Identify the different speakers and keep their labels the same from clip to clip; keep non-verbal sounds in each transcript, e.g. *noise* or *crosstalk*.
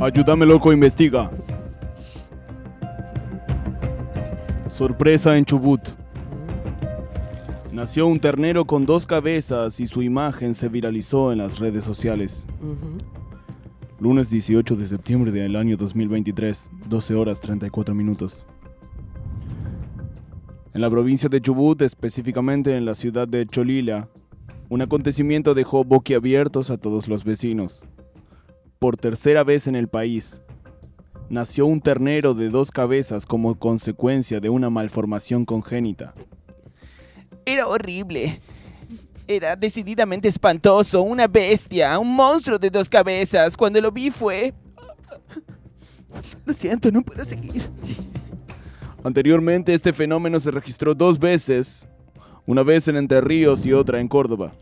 Speaker 1: Ayúdame, loco, investiga. Sorpresa en Chubut. Nació un ternero con dos cabezas y su imagen se viralizó en las redes sociales.
Speaker 2: Ujú.
Speaker 1: Lunes 18 de septiembre del año 2023, 12 horas 34 minutos. En la provincia de Chubut, específicamente en la ciudad de Cholila, un acontecimiento dejó boquiabiertos a todos los vecinos. Por tercera vez en el país, nació un ternero de dos cabezas como consecuencia de una malformación congénita.
Speaker 3: Era horrible. Era decididamente espantoso, una bestia, un monstruo de dos cabezas. Cuando lo vi fue... Lo siento, no puedo seguir.
Speaker 1: Anteriormente este fenómeno se registró dos veces, una vez en Entre Ríos y otra en Córdoba.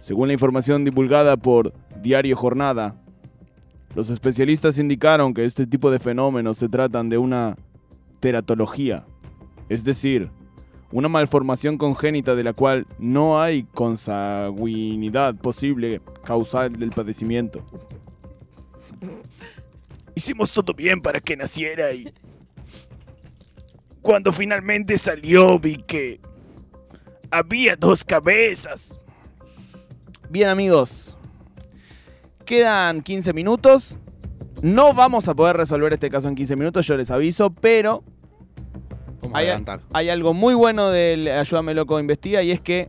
Speaker 1: Según la información divulgada por Diario Jornada, los especialistas indicaron que este tipo de fenómenos se tratan de una teratología, es decir, una malformación congénita de la cual no hay consanguinidad posible causal del padecimiento.
Speaker 3: Hicimos todo bien para que naciera y... Cuando finalmente salió vi que... Había dos cabezas.
Speaker 1: Bien amigos, quedan 15 minutos. No vamos a poder resolver este caso en 15 minutos, yo les aviso, pero
Speaker 4: Vamos a
Speaker 1: hay,
Speaker 4: adelantar.
Speaker 1: hay algo muy bueno del Ayúdame Loco Investiga y es que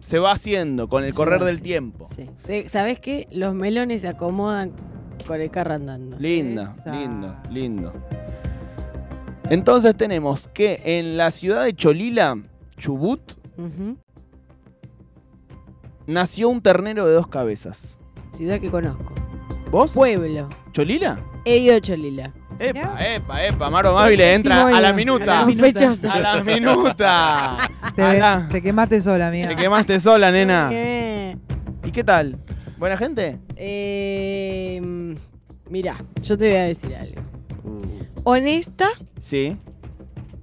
Speaker 1: se va haciendo con el
Speaker 2: Se
Speaker 1: correr
Speaker 2: va
Speaker 1: del
Speaker 2: haciendo.
Speaker 1: tiempo.
Speaker 2: Sí. Se- ¿Sabés qué? Los melones se acomodan con el carro andando.
Speaker 1: Lindo,
Speaker 2: Esa.
Speaker 1: lindo, lindo. Entonces tenemos que en la ciudad de Cholila, Chubut,
Speaker 2: Ujú.
Speaker 1: nació un ternero de dos cabezas.
Speaker 2: Ciudad que conozco.
Speaker 1: ¿Vos?
Speaker 2: Pueblo. E
Speaker 1: ¿Cholila?
Speaker 2: He ido a Cholila.
Speaker 1: Epa, Ah, epa, epa, Maro
Speaker 2: Eh,
Speaker 1: Mávile entra a la
Speaker 2: Testimonio.
Speaker 1: minuta.
Speaker 5: A la minuta.
Speaker 2: Sospechosa.
Speaker 1: A la minuta.
Speaker 5: Te,
Speaker 1: Acá.
Speaker 5: te quemaste sola, mía.
Speaker 1: Te quemaste sola, nena.
Speaker 2: Eh,
Speaker 1: ¿Y qué tal? ¿Buena gente?
Speaker 2: eh, mirá, yo te voy a decir algo.
Speaker 1: Uh.
Speaker 2: Honesta,
Speaker 1: Sí.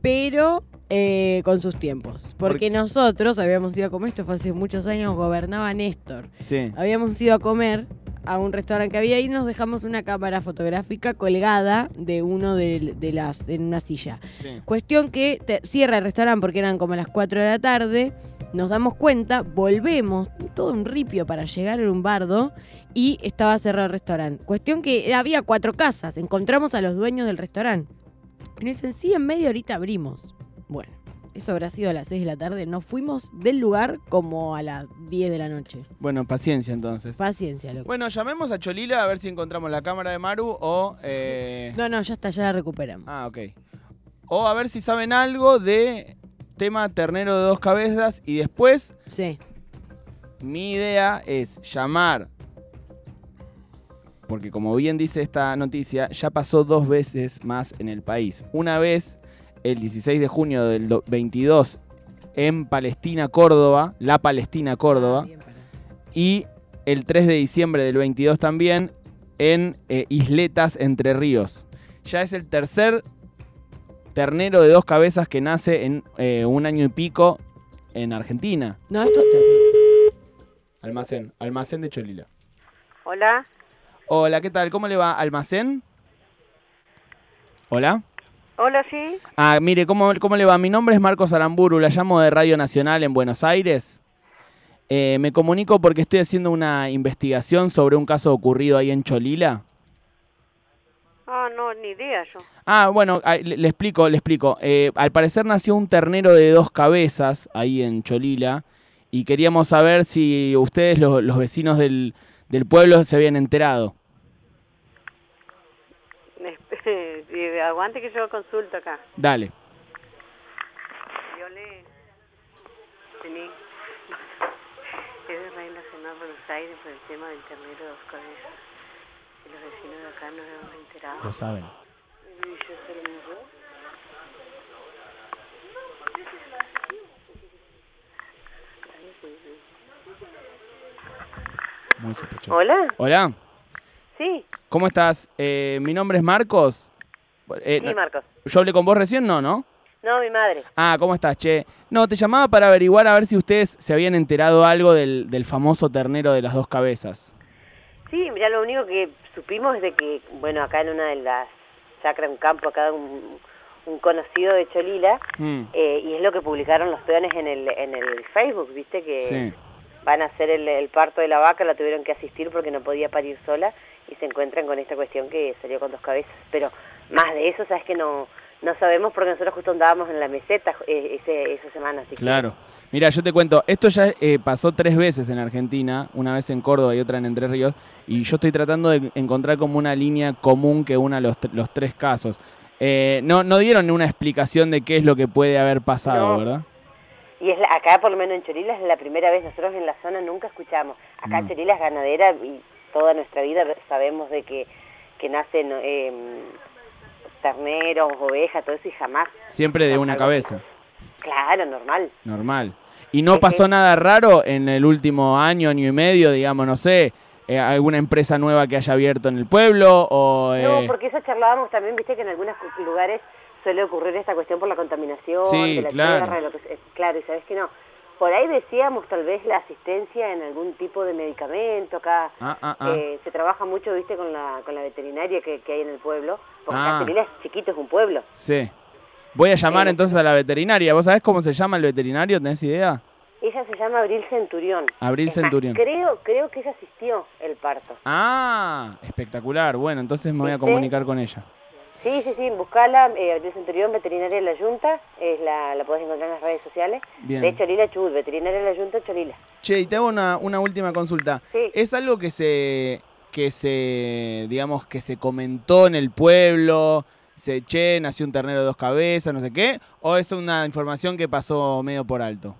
Speaker 2: pero eh, con sus tiempos. Porque
Speaker 1: Porque-
Speaker 2: nosotros habíamos ido a comer, esto fue hace muchos años, gobernaba Néstor.
Speaker 1: Sí.
Speaker 2: Habíamos ido a comer a un restaurante que había y nos dejamos una cámara fotográfica colgada de uno de, de las en una silla.
Speaker 1: Sí.
Speaker 2: Cuestión que te- cierra el restaurante porque eran como las 4 de la tarde. Nos damos cuenta, volvemos, todo un ripio para llegar a un bardo y estaba cerrado el restaurante. Cuestión que había cuatro casas, encontramos a los dueños del restaurante. Y nos dicen, sí, en media horita abrimos. Bueno, eso habrá sido a las 6 de la tarde. Nos fuimos del lugar como a las 10 de la noche.
Speaker 1: Bueno, paciencia entonces.
Speaker 2: Paciencia, loco.
Speaker 1: Bueno, llamemos a Cholila a ver si encontramos la cámara de Maru o. eh,
Speaker 2: No, no, ya está, ya la recuperamos.
Speaker 1: Ah, ok. O a ver si saben algo de tema ternero de dos cabezas. Y después,
Speaker 2: Sí.
Speaker 1: mi idea es llamar. Porque como bien dice esta noticia, ya pasó dos veces más en el país. Una vez, el 16 de junio del do- 22, en Palestina, Córdoba, la Palestina, Córdoba.
Speaker 2: Ah, bien, pará.
Speaker 1: y el 3 de diciembre del 22 también en eh, Isletas Entre Ríos. Ya es el tercer ternero de dos cabezas que nace en eh, un año y pico en Argentina.
Speaker 2: No, esto es terrible.
Speaker 1: Almacén, almacén de Cholila.
Speaker 6: Hola,
Speaker 1: Hola, ¿qué tal? ¿Cómo le va? ¿Almacén? Hola.
Speaker 6: hola, sí,
Speaker 1: Ah, mire, ¿cómo, cómo le va? Mi nombre es Marcos Aramburu, la llamo de Radio Nacional en Buenos Aires. Eh, me comunico porque estoy haciendo una investigación sobre un caso ocurrido ahí en Cholila.
Speaker 6: ah, no, ni idea yo.
Speaker 1: Ah, bueno, ah, le, le explico, le explico. Eh, al parecer nació un ternero de dos cabezas ahí en Cholila y queríamos saber si ustedes, lo- los vecinos del, del pueblo, se habían enterado.
Speaker 6: *laughs* Eh, Aguante que yo consulto acá.
Speaker 1: Dale.
Speaker 6: Yo le... Vení. *laughs* Es de Radio Nacional Buenos Aires por el tema del ternero de dos cabezas. Y los vecinos de acá nos hemos enterado.
Speaker 1: Lo saben.
Speaker 6: Y yo se lo mudó.
Speaker 1: Muy sospechoso.
Speaker 6: Hola,
Speaker 1: Hola,
Speaker 6: sí,
Speaker 1: ¿cómo estás? Eh, mi nombre es Marcos. Eh,
Speaker 6: sí, Marcos.
Speaker 1: yo hablé con vos recién, no, ¿no?
Speaker 6: No, mi madre.
Speaker 1: Ah, ¿cómo estás, che? No, te llamaba para averiguar a ver si ustedes se habían enterado algo del, del famoso ternero de las dos cabezas.
Speaker 6: Sí, mira, lo único que supimos es de que, bueno, acá en una de las chacras, un campo, acá un, un conocido de Cholila, eh, y es lo que publicaron los peones en el, en el Facebook, ¿viste? Que
Speaker 1: Sí.
Speaker 6: van a hacer el, el parto de la vaca, la tuvieron que asistir porque no podía parir sola, y se encuentran con esta cuestión que salió con dos cabezas. Pero más de eso, sabes que no no sabemos porque nosotros justo andábamos en la meseta eh, ese- esa semana. Así que-
Speaker 1: Claro. Mira, yo te cuento, esto ya eh, pasó tres veces en Argentina, una vez en Córdoba y otra en Entre Ríos, y yo estoy tratando de encontrar como una línea común que una los, tr- los tres casos. Eh, no, no dieron una explicación de qué es lo que puede haber pasado,
Speaker 6: No.
Speaker 1: ¿verdad?
Speaker 6: Y es la- acá, por lo menos en Chorila, es la primera vez. Nosotros en la zona nunca escuchamos. Acá
Speaker 1: Mm.
Speaker 6: Chorila es ganadera y toda nuestra vida sabemos de que, que nacen eh, terneros, ovejas, todo eso, y jamás.
Speaker 1: Siempre de una
Speaker 6: Algo
Speaker 1: cabeza,
Speaker 6: Claro, normal.
Speaker 1: normal. Y no
Speaker 6: Ujú.
Speaker 1: pasó nada raro en el último año, año y medio, digamos, no sé, eh, alguna empresa nueva que haya abierto en el pueblo o... eh,
Speaker 6: No, porque eso charlábamos también, viste que en algunos cu- lugares suele ocurrir esta cuestión por la contaminación,
Speaker 1: Sí,
Speaker 6: de la
Speaker 1: claro.
Speaker 6: tierra, de lo que se- eh, claro, y sabes que no. Por ahí decíamos tal vez la asistencia en algún tipo de medicamento acá.
Speaker 1: Ah, ah, ah.
Speaker 6: eh, se trabaja mucho, viste, con la, con la veterinaria que, que hay en el pueblo. Porque
Speaker 1: Ah.
Speaker 6: acá Cirila es chiquito, es un pueblo.
Speaker 1: Sí. Voy a llamar
Speaker 6: Eh,
Speaker 1: entonces a la veterinaria. ¿Vos sabés cómo se llama el veterinario? ¿Tenés idea?
Speaker 6: Ella se llama Abril Centurión.
Speaker 1: Abril
Speaker 6: Es más,
Speaker 1: Centurión.
Speaker 6: creo, creo que ella asistió el parto.
Speaker 1: Ah, espectacular. Bueno, entonces me voy a
Speaker 6: ¿Viste?
Speaker 1: comunicar con ella.
Speaker 6: Sí, sí, sí, buscala, eh, Abril Centurión, veterinaria de la Junta, es la, la podés encontrar en las redes sociales.
Speaker 1: Bien.
Speaker 6: De Cholila Chubut, veterinaria de la Junta, Cholila.
Speaker 1: Che, y te hago una, una última consulta.
Speaker 6: Sí.
Speaker 1: ¿Es algo que se, que se, digamos, que se comentó en el pueblo? Se, che, nació un ternero de dos cabezas, no sé qué. ¿O es una información que pasó medio por alto?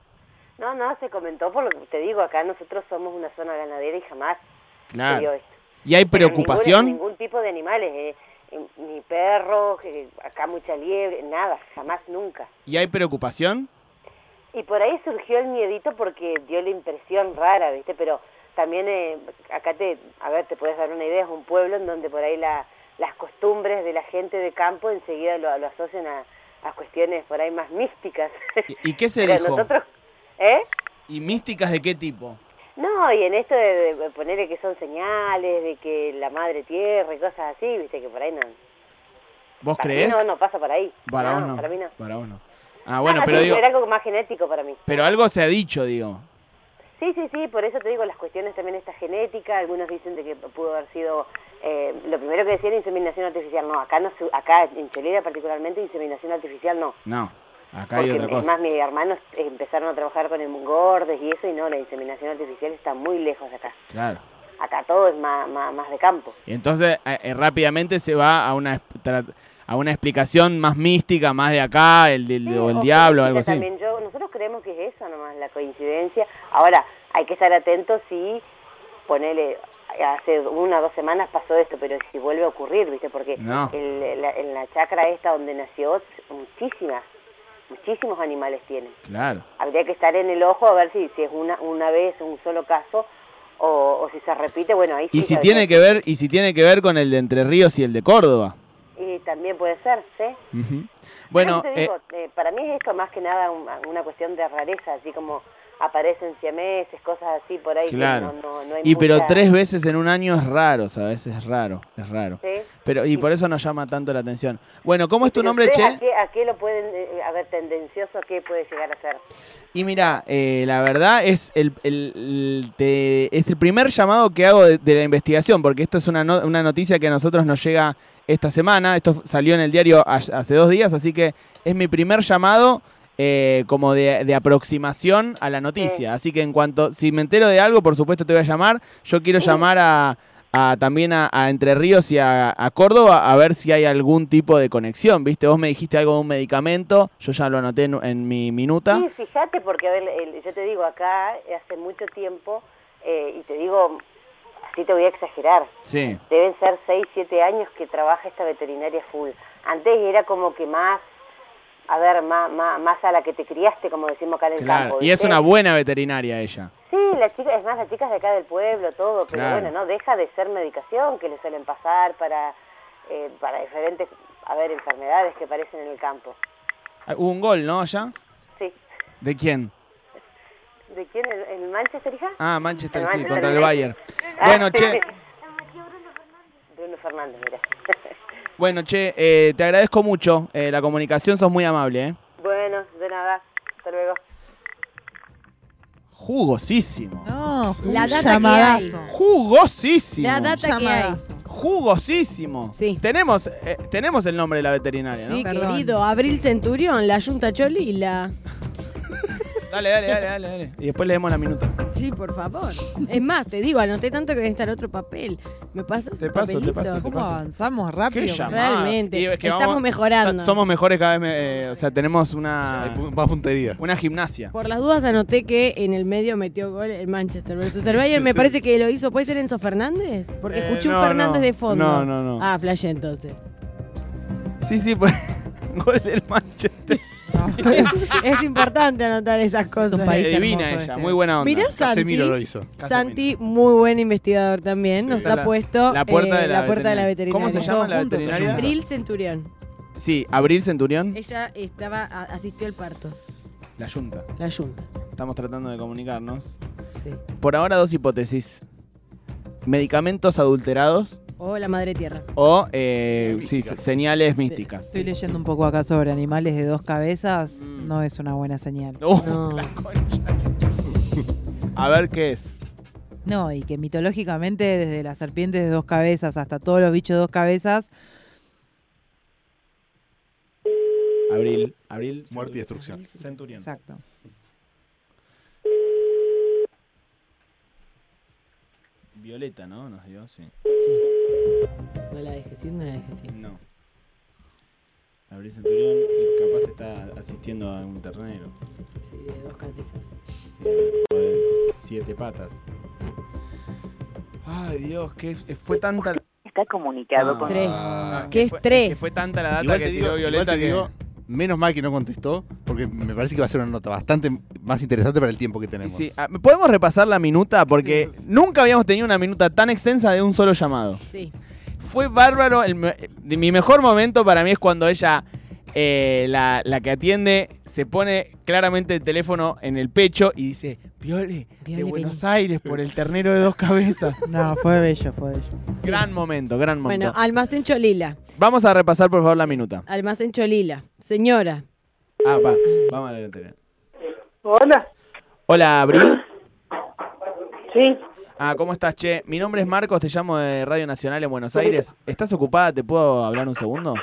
Speaker 6: No, no, se comentó por lo que te digo, acá nosotros somos una zona ganadera y jamás se dio
Speaker 1: Claro.
Speaker 6: esto.
Speaker 1: ¿Y hay
Speaker 6: Pero
Speaker 1: preocupación?
Speaker 6: Ningún, ningún tipo de animales, eh, eh, ni perros, eh, acá mucha liebre, nada, jamás, nunca.
Speaker 1: ¿Y hay preocupación?
Speaker 6: Y por ahí surgió el miedito porque dio la impresión rara, ¿viste? Pero también eh, acá te, a ver, te puedes dar una idea, es un pueblo en donde por ahí la- las costumbres de la gente de campo enseguida lo, lo asocian a, a cuestiones por ahí más místicas. *laughs*
Speaker 1: ¿Y, y qué se
Speaker 6: Pero
Speaker 1: dijo?
Speaker 6: nosotros, ¿eh?
Speaker 1: ¿Y místicas de qué tipo?
Speaker 6: No, y en esto de, de ponerle que son señales, de que la madre tierra y cosas así, viste que por ahí no.
Speaker 1: ¿Vos
Speaker 6: para mí
Speaker 1: crees?
Speaker 6: No, no pasa por ahí.
Speaker 1: Para
Speaker 6: no,
Speaker 1: vos no.
Speaker 6: Para mí no.
Speaker 1: Para vos no. Ah, bueno,
Speaker 6: Ah,
Speaker 1: pero
Speaker 6: tiene
Speaker 1: digo,
Speaker 6: que ver algo más genético para mí.
Speaker 1: pero algo se ha dicho, digo.
Speaker 6: Sí, sí, sí, por eso te digo, las cuestiones también esta genética, algunos dicen de que pudo haber sido, eh, lo primero que decían inseminación artificial, no, acá no se- acá en Cholera particularmente inseminación artificial no.
Speaker 1: No, acá hay
Speaker 6: Porque,
Speaker 1: otra
Speaker 6: Es
Speaker 1: cosa.
Speaker 6: más, mis hermanos eh, empezaron a trabajar con gordes y eso, y no, la inseminación artificial está muy lejos de acá.
Speaker 1: Claro.
Speaker 6: Acá todo es más, más, más de campo.
Speaker 1: Y entonces eh, eh, rápidamente se va a una esp- tra- a una explicación más mística, más de acá, el, del-
Speaker 6: Sí,
Speaker 1: o el
Speaker 6: ojo,
Speaker 1: diablo,
Speaker 6: chica,
Speaker 1: algo así.
Speaker 6: También yo, nosotros creemos que es eso nomás, la coincidencia. Ahora, hay que estar atentos si, ponele, hace una o dos semanas pasó esto, pero si vuelve a ocurrir, ¿viste? Porque
Speaker 1: No.
Speaker 6: el- la- en la chacra esta donde nació, muchísimas, muchísimos animales tienen.
Speaker 1: Claro.
Speaker 6: Habría que estar en el ojo a ver si, si es una, una vez, un solo caso, o, o si se repite, bueno, ahí sí.
Speaker 1: Y si
Speaker 6: la-
Speaker 1: tiene que ver, y si tiene que ver con el de Entre Ríos y el de Córdoba.
Speaker 6: Y también puede ser, ¿sí?
Speaker 1: Ujú. Bueno,
Speaker 6: Pero te
Speaker 1: eh,
Speaker 6: digo, eh, para mí es esto más que nada un- una cuestión de rareza, así como aparecen siameses, cosas así por ahí. que
Speaker 1: claro.
Speaker 6: no- no- no hay
Speaker 1: y pero
Speaker 6: mucha-
Speaker 1: tres veces en un año es raro, ¿sabes? Es raro, es raro.
Speaker 6: ¿sí?
Speaker 1: Pero, y por eso nos llama tanto la atención. Bueno, ¿cómo es tu
Speaker 6: Pero
Speaker 1: nombre,
Speaker 6: ustedes,
Speaker 1: Che?
Speaker 6: ¿A qué, a qué lo pueden, eh, a ver, tendencioso, a qué puede llegar a ser?
Speaker 1: Y mira, eh, la verdad es el, el- el- te- es el primer llamado que hago de, de la investigación, porque esto es una, no- una noticia que a nosotros nos llega esta semana. Esto salió en el diario a- hace dos días, así que es mi primer llamado eh, como de, de aproximación a la noticia. Así que en cuanto, si me entero de algo, por supuesto te voy a llamar. Yo quiero llamar a, a- también a, a Entre Ríos y a, a Córdoba a ver si hay algún tipo de conexión. ¿Viste? Vos me dijiste algo de un medicamento, yo ya lo anoté en, en mi minuta.
Speaker 6: Sí, fíjate, porque a ver, el- yo te digo, acá eh, hace mucho tiempo, eh, y te digo, así te voy a exagerar,
Speaker 1: Sí,
Speaker 6: deben ser 6, 7 años que trabaja esta veterinaria full. Antes era como que más, a ver, más, más, más a la que te criaste, como decimos acá en el
Speaker 1: claro.
Speaker 6: campo.
Speaker 1: Y es
Speaker 6: ¿viste?
Speaker 1: una buena veterinaria ella.
Speaker 6: Sí, la chica, es más, la chica es de acá del pueblo, todo, pero
Speaker 1: Claro.
Speaker 6: bueno, no deja de ser medicación que le suelen pasar para, eh, para diferentes, a ver, enfermedades que aparecen en el campo.
Speaker 1: Ah, Hubo un gol, ¿no? Allá.
Speaker 6: Sí.
Speaker 1: ¿De quién?
Speaker 6: ¿De quién? ¿El, el Manchester hija?
Speaker 1: Ah, Manchester,
Speaker 6: El
Speaker 1: sí,
Speaker 6: Manchester
Speaker 1: contra el
Speaker 6: United.
Speaker 1: Bayern.
Speaker 6: Ah,
Speaker 1: Bueno,
Speaker 6: sí,
Speaker 1: che,
Speaker 6: sí.
Speaker 4: Alejandro Fernández, mira.
Speaker 3: Bueno, che, eh, te agradezco mucho eh, la comunicación, sos muy amable, ¿eh?
Speaker 4: bueno, de nada. Hasta luego.
Speaker 3: Jugosísimo.
Speaker 5: No, fue
Speaker 2: La
Speaker 5: un
Speaker 2: data que
Speaker 5: llamadazo.
Speaker 3: Jugosísimo.
Speaker 2: La data- Data que hay.
Speaker 5: Llamadazo.
Speaker 3: Jugosísimo.
Speaker 2: Sí.
Speaker 3: Tenemos, eh, tenemos el nombre de la veterinaria, ¿no?
Speaker 2: Sí,
Speaker 5: Perdón.
Speaker 2: querido. Abril Centurión, la Junta Cholila.
Speaker 3: Dale, dale, dale, dale, dale. Y después leemos la minuta.
Speaker 2: Sí, por favor. Es más, te digo, anoté tanto que voy a estar otro papel. ¿Me pasas
Speaker 3: Te
Speaker 2: un
Speaker 3: paso, te
Speaker 2: papelito?
Speaker 3: paso, te
Speaker 5: ¿Cómo
Speaker 3: paso.
Speaker 5: avanzamos rápido?
Speaker 3: Qué llamada.
Speaker 2: Realmente,
Speaker 3: Y
Speaker 2: estamos mejorando.
Speaker 3: so- Somos mejores cada vez. me- eh, o sea, tenemos una,
Speaker 7: Hay pu- más puntería.
Speaker 3: una gimnasia.
Speaker 2: Por las dudas anoté que en el medio metió gol el Manchester versus
Speaker 3: *laughs*
Speaker 2: el Bayern. Me parece que lo hizo, ¿puede ser Enzo Fernández? Porque
Speaker 3: Eh,
Speaker 2: escuché
Speaker 3: no,
Speaker 2: un Fernández
Speaker 3: no.
Speaker 2: de fondo.
Speaker 3: No, no, no.
Speaker 2: Ah, flashé entonces. *laughs*
Speaker 3: Sí, *laughs* sí, por- gol del Manchester.
Speaker 2: es importante anotar esas cosas.
Speaker 5: un país.
Speaker 3: Eh, divina
Speaker 5: hermoso
Speaker 3: ella,
Speaker 5: este.
Speaker 3: muy buena onda.
Speaker 2: Mirá Santi.
Speaker 7: Casemiro lo hizo.
Speaker 2: Santi, muy buen investigador también.
Speaker 7: Sí.
Speaker 2: Nos
Speaker 7: Está
Speaker 2: ha
Speaker 3: la-
Speaker 2: puesto
Speaker 3: la puerta
Speaker 2: eh,
Speaker 3: de la
Speaker 2: puerta de la
Speaker 3: veterinaria.
Speaker 2: veterinaria.
Speaker 3: ¿Cómo se llama
Speaker 5: Todos
Speaker 3: la
Speaker 5: juntos,
Speaker 3: veterinaria?
Speaker 2: Abril Centurión.
Speaker 3: Sí, Abril Centurión.
Speaker 2: Ella estaba, a- asistió al parto,
Speaker 3: La Junta.
Speaker 2: la Junta.
Speaker 3: Estamos tratando de comunicarnos.
Speaker 2: Sí.
Speaker 3: Por ahora, dos hipótesis: medicamentos adulterados
Speaker 2: O la Madre Tierra. *laughs*
Speaker 3: o eh, sí,
Speaker 7: Místicas.
Speaker 3: se- señales místicas.
Speaker 5: Estoy leyendo un poco acá sobre animales de dos cabezas.
Speaker 3: Mm.
Speaker 5: No es una buena señal.
Speaker 3: Uh,
Speaker 2: No.
Speaker 3: la concha. A ver qué es.
Speaker 5: No, y que mitológicamente desde las serpientes de dos cabezas hasta todos los bichos de dos cabezas,
Speaker 3: Abril. Abril.
Speaker 7: Muerte y destrucción.
Speaker 3: Centurión.
Speaker 5: exacto.
Speaker 3: Violeta, ¿no? Nos dio, sí.
Speaker 2: Sí. No la dejes ir, no la dejes ir.
Speaker 3: No. Abril Centurión y capaz está asistiendo a un ternero.
Speaker 2: Sí, de dos cabezas.
Speaker 3: O de siete patas. Ay, Dios, que es- Eh, fue tanta.
Speaker 4: Está comunicado
Speaker 3: Ah.
Speaker 4: con...
Speaker 2: Tres.
Speaker 7: Ah,
Speaker 2: ¿Qué es
Speaker 3: fue,
Speaker 2: tres?
Speaker 3: que fue tanta la data
Speaker 7: Igual
Speaker 3: que
Speaker 7: te digo,
Speaker 3: tiró
Speaker 7: igual
Speaker 3: Violeta
Speaker 7: te
Speaker 3: que.
Speaker 7: digo, menos mal que no contestó, porque me parece que va a ser una nota bastante más interesante para el tiempo que
Speaker 3: Y
Speaker 7: tenemos.
Speaker 3: sí, ah, ¿Podemos repasar la minuta? Porque nunca habíamos tenido una minuta tan extensa de un solo llamado.
Speaker 2: Sí.
Speaker 3: Fue bárbaro. el me- de- mi mejor momento para mí es cuando ella, eh, la, la que atiende, se pone claramente el teléfono en el pecho y dice: Viole, de
Speaker 2: Viole,
Speaker 3: Buenos Aires por el ternero de dos cabezas.
Speaker 5: No, fue bello, fue bello.
Speaker 3: Gran momento, gran momento.
Speaker 2: Bueno, ah. Almacén Cholila.
Speaker 3: Vamos a repasar, por favor, la minuta.
Speaker 2: Almacén Cholila. Señora.
Speaker 3: Ah, va. Vamos a la letra.
Speaker 4: Hola.
Speaker 3: Hola, Abril.
Speaker 4: Sí.
Speaker 3: Ah, ¿cómo estás, che? Mi nombre es Marcos, te llamo de Radio Nacional en Buenos Aires. ¿Estás ocupada? ¿Te puedo hablar un segundo?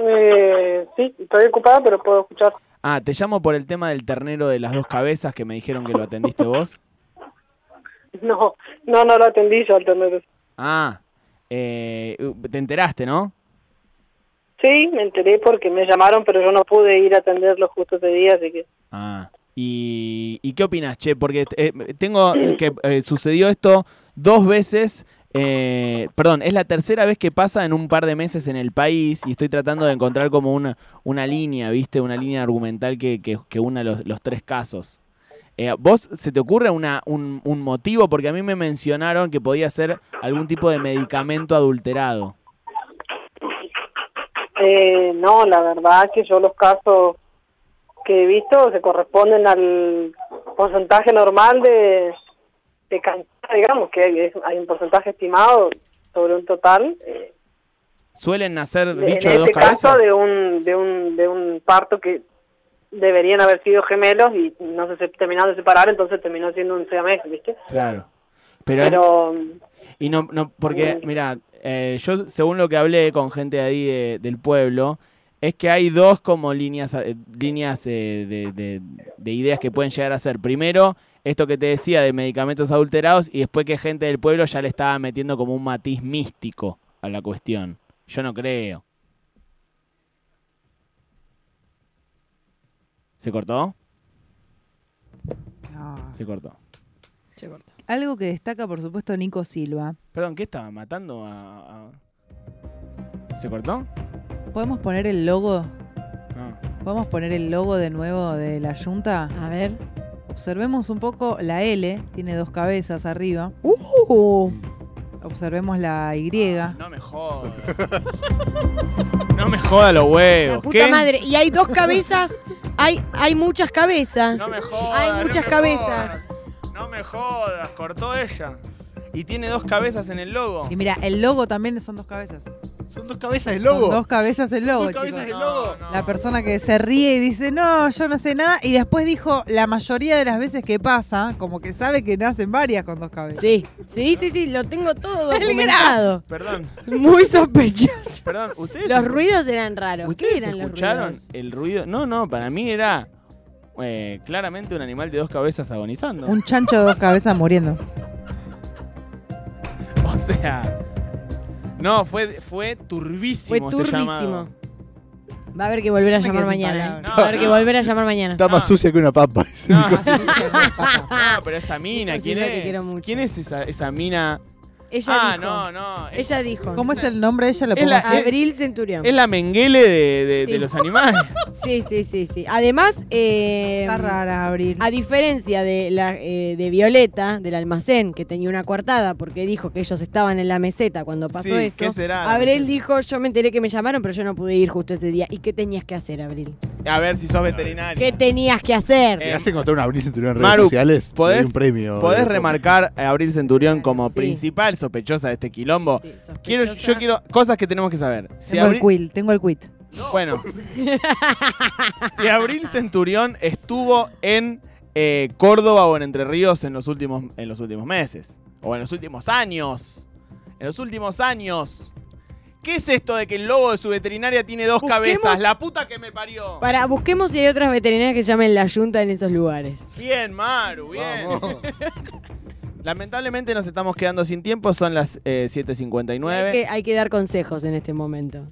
Speaker 4: Eh, sí, estoy ocupada, pero puedo escuchar. *laughs*
Speaker 3: Ah, te llamo por el tema del ternero de las dos cabezas que me dijeron que lo atendiste vos.
Speaker 4: No, no, no lo atendí yo al tener.
Speaker 3: Ah, eh, te enteraste, ¿no?
Speaker 4: Sí, me enteré porque me llamaron, pero yo no pude ir a atenderlo justo ese día, así que...
Speaker 3: Ah. ¿Y, y qué opinas, che? Porque eh, tengo que eh, sucedió esto dos veces. eh, perdón, es la tercera vez que pasa en un par de meses en el país y estoy tratando de encontrar como una, una línea, ¿viste? Una línea argumental que, que, que una los, los tres casos. Eh, ¿Vos se te ocurre una, un, un motivo? Porque a mí me mencionaron que podía ser algún tipo de medicamento adulterado.
Speaker 4: Eh, no, la verdad que yo los casos que he visto se corresponden al porcentaje normal de, de cantidad, digamos, que hay, es- hay un porcentaje estimado sobre un total. eh,
Speaker 3: ¿Suelen nacer
Speaker 4: de- en
Speaker 3: bichos
Speaker 4: este
Speaker 3: de dos cabezas?
Speaker 4: caso de un, de un de un parto que deberían haber sido gemelos y no se se terminaron de separar, entonces terminó siendo un siamés, ¿viste?
Speaker 3: Claro. Pero, en-
Speaker 4: Pero
Speaker 3: Y no, no porque,
Speaker 4: Mm.
Speaker 3: mira, yo según lo que hablé con gente de ahí de- del pueblo, es que hay dos como líneas, eh, líneas eh, de, de- de ideas que pueden llegar a ser. Primero, esto que te decía de medicamentos adulterados y después que gente del pueblo ya le estaba metiendo como un matiz místico a la cuestión. Yo no creo. ¿Se cortó?
Speaker 5: No.
Speaker 3: Se cortó.
Speaker 2: Se cortó.
Speaker 5: Algo que destaca, por supuesto, Nico Silva.
Speaker 3: Perdón, ¿qué estaba matando a...? a- ¿Se cortó?
Speaker 5: ¿Podemos poner el logo?
Speaker 3: No.
Speaker 5: ¿Podemos poner el logo de nuevo de la Junta?
Speaker 2: A ver.
Speaker 5: Observemos un poco la L, tiene dos cabezas arriba.
Speaker 2: Uh,
Speaker 5: Observemos la Y.
Speaker 3: No me joda. *laughs* No me joda los
Speaker 2: la
Speaker 3: huevos.
Speaker 2: puta
Speaker 3: ¿Qué?
Speaker 2: madre. Y hay dos cabezas. Hay, hay muchas cabezas.
Speaker 3: No me jodas.
Speaker 2: Hay
Speaker 3: no
Speaker 2: muchas
Speaker 3: me
Speaker 2: cabezas.
Speaker 3: jodas. No me jodas, cortó ella.
Speaker 1: Y tiene dos cabezas en el logo.
Speaker 5: Y mira, el logo también son dos cabezas.
Speaker 7: Son dos cabezas del
Speaker 5: Son
Speaker 7: lobo.
Speaker 5: dos cabezas el logo,
Speaker 7: Dos cabezas del
Speaker 5: chicos.
Speaker 7: lobo.
Speaker 1: No, no.
Speaker 5: La persona que se ríe y dice, no, yo no sé nada. Y después dijo, la mayoría de las veces que pasa, como que sabe que nacen varias con dos cabezas.
Speaker 2: Sí, sí, sí, sí, lo tengo
Speaker 5: *laughs*
Speaker 2: todo documentado.
Speaker 1: Perdón,
Speaker 2: Muy sospechoso.
Speaker 1: perdón. ¿Ustedes,
Speaker 2: Los ruidos eran raros. ¿Qué
Speaker 1: ¿ustedes
Speaker 2: eran los
Speaker 1: escucharon
Speaker 2: ruidos?
Speaker 1: el ruido? No, no, para mí era eh, claramente un animal de dos cabezas agonizando.
Speaker 5: Un chancho de dos cabezas *laughs* muriendo.
Speaker 1: *laughs* O sea. No, fue, fue
Speaker 2: Fue
Speaker 1: turbísimo. este llamado.
Speaker 2: turbísimo. Va a haber que volver a
Speaker 5: Me
Speaker 2: llamar
Speaker 5: quedé sin
Speaker 2: mañana.
Speaker 5: palabras.
Speaker 2: Va a haber que volver a llamar mañana.
Speaker 7: Está
Speaker 3: Ah.
Speaker 7: más
Speaker 1: No.
Speaker 7: sucia que una papa. *laughs* dice
Speaker 1: No,
Speaker 7: Nico.
Speaker 1: no, pero esa mina,
Speaker 2: Nico
Speaker 1: ¿quién
Speaker 2: Silva, Ah. que quiero
Speaker 1: es?
Speaker 2: mucho.
Speaker 1: ¿Quién es esa, esa mina?
Speaker 2: Ella
Speaker 1: ah,
Speaker 2: dijo.
Speaker 1: no, no. es-
Speaker 2: Ella dijo.
Speaker 5: ¿Cómo es el nombre de ella? Lo
Speaker 1: Es
Speaker 5: pongo
Speaker 1: la-
Speaker 5: así.
Speaker 2: Abril Centurión.
Speaker 1: Es la menguele de, de- de
Speaker 2: Sí.
Speaker 1: los
Speaker 2: *laughs*
Speaker 1: animales.
Speaker 2: Sí, sí, sí, sí. Además, eh,
Speaker 5: Está rara, Abril.
Speaker 2: a diferencia de, la, eh, de Violeta, del almacén, que tenía una coartada porque dijo que ellos estaban en la meseta cuando pasó
Speaker 1: Sí,
Speaker 2: eso,
Speaker 1: ¿qué será la
Speaker 2: Abril
Speaker 1: meseta?
Speaker 2: dijo, yo me enteré que me llamaron, pero yo no pude ir justo ese día. ¿Y qué tenías que hacer, Abril?
Speaker 1: A ver si sos veterinario.
Speaker 2: ¿Qué tenías que hacer?
Speaker 1: Eh,
Speaker 3: eh.
Speaker 7: ¿Te hacen encontrar una Abril Centurión en redes
Speaker 1: Maru,
Speaker 7: sociales? Te doy
Speaker 1: ¿podés-
Speaker 7: un premio.
Speaker 1: Podés
Speaker 7: de-
Speaker 1: remarcar a Abril Centurión como
Speaker 2: Sí.
Speaker 1: principal sospechosa de este quilombo.
Speaker 2: Sí, sospechosa.
Speaker 1: Quiero, yo quiero cosas que tenemos que saber. Si
Speaker 5: tengo el
Speaker 1: Abril-
Speaker 5: quit, tengo el quit.
Speaker 1: bueno, si Abril Centurión estuvo en eh, Córdoba o en Entre Ríos en los últimos en los últimos meses o en los últimos años, en los últimos años. ¿Qué es esto de que el lobo de su veterinaria tiene dos
Speaker 2: Busquemos-
Speaker 1: cabezas? La puta que me parió.
Speaker 2: Para, busquemos si hay otras veterinarias que llamen la yunta en esos lugares.
Speaker 1: Bien, Maru, bien.
Speaker 7: Vamos.
Speaker 1: Lamentablemente nos estamos quedando sin tiempo, son las eh,
Speaker 2: Hay
Speaker 1: 7.59.
Speaker 2: que, hay que dar consejos en este momento.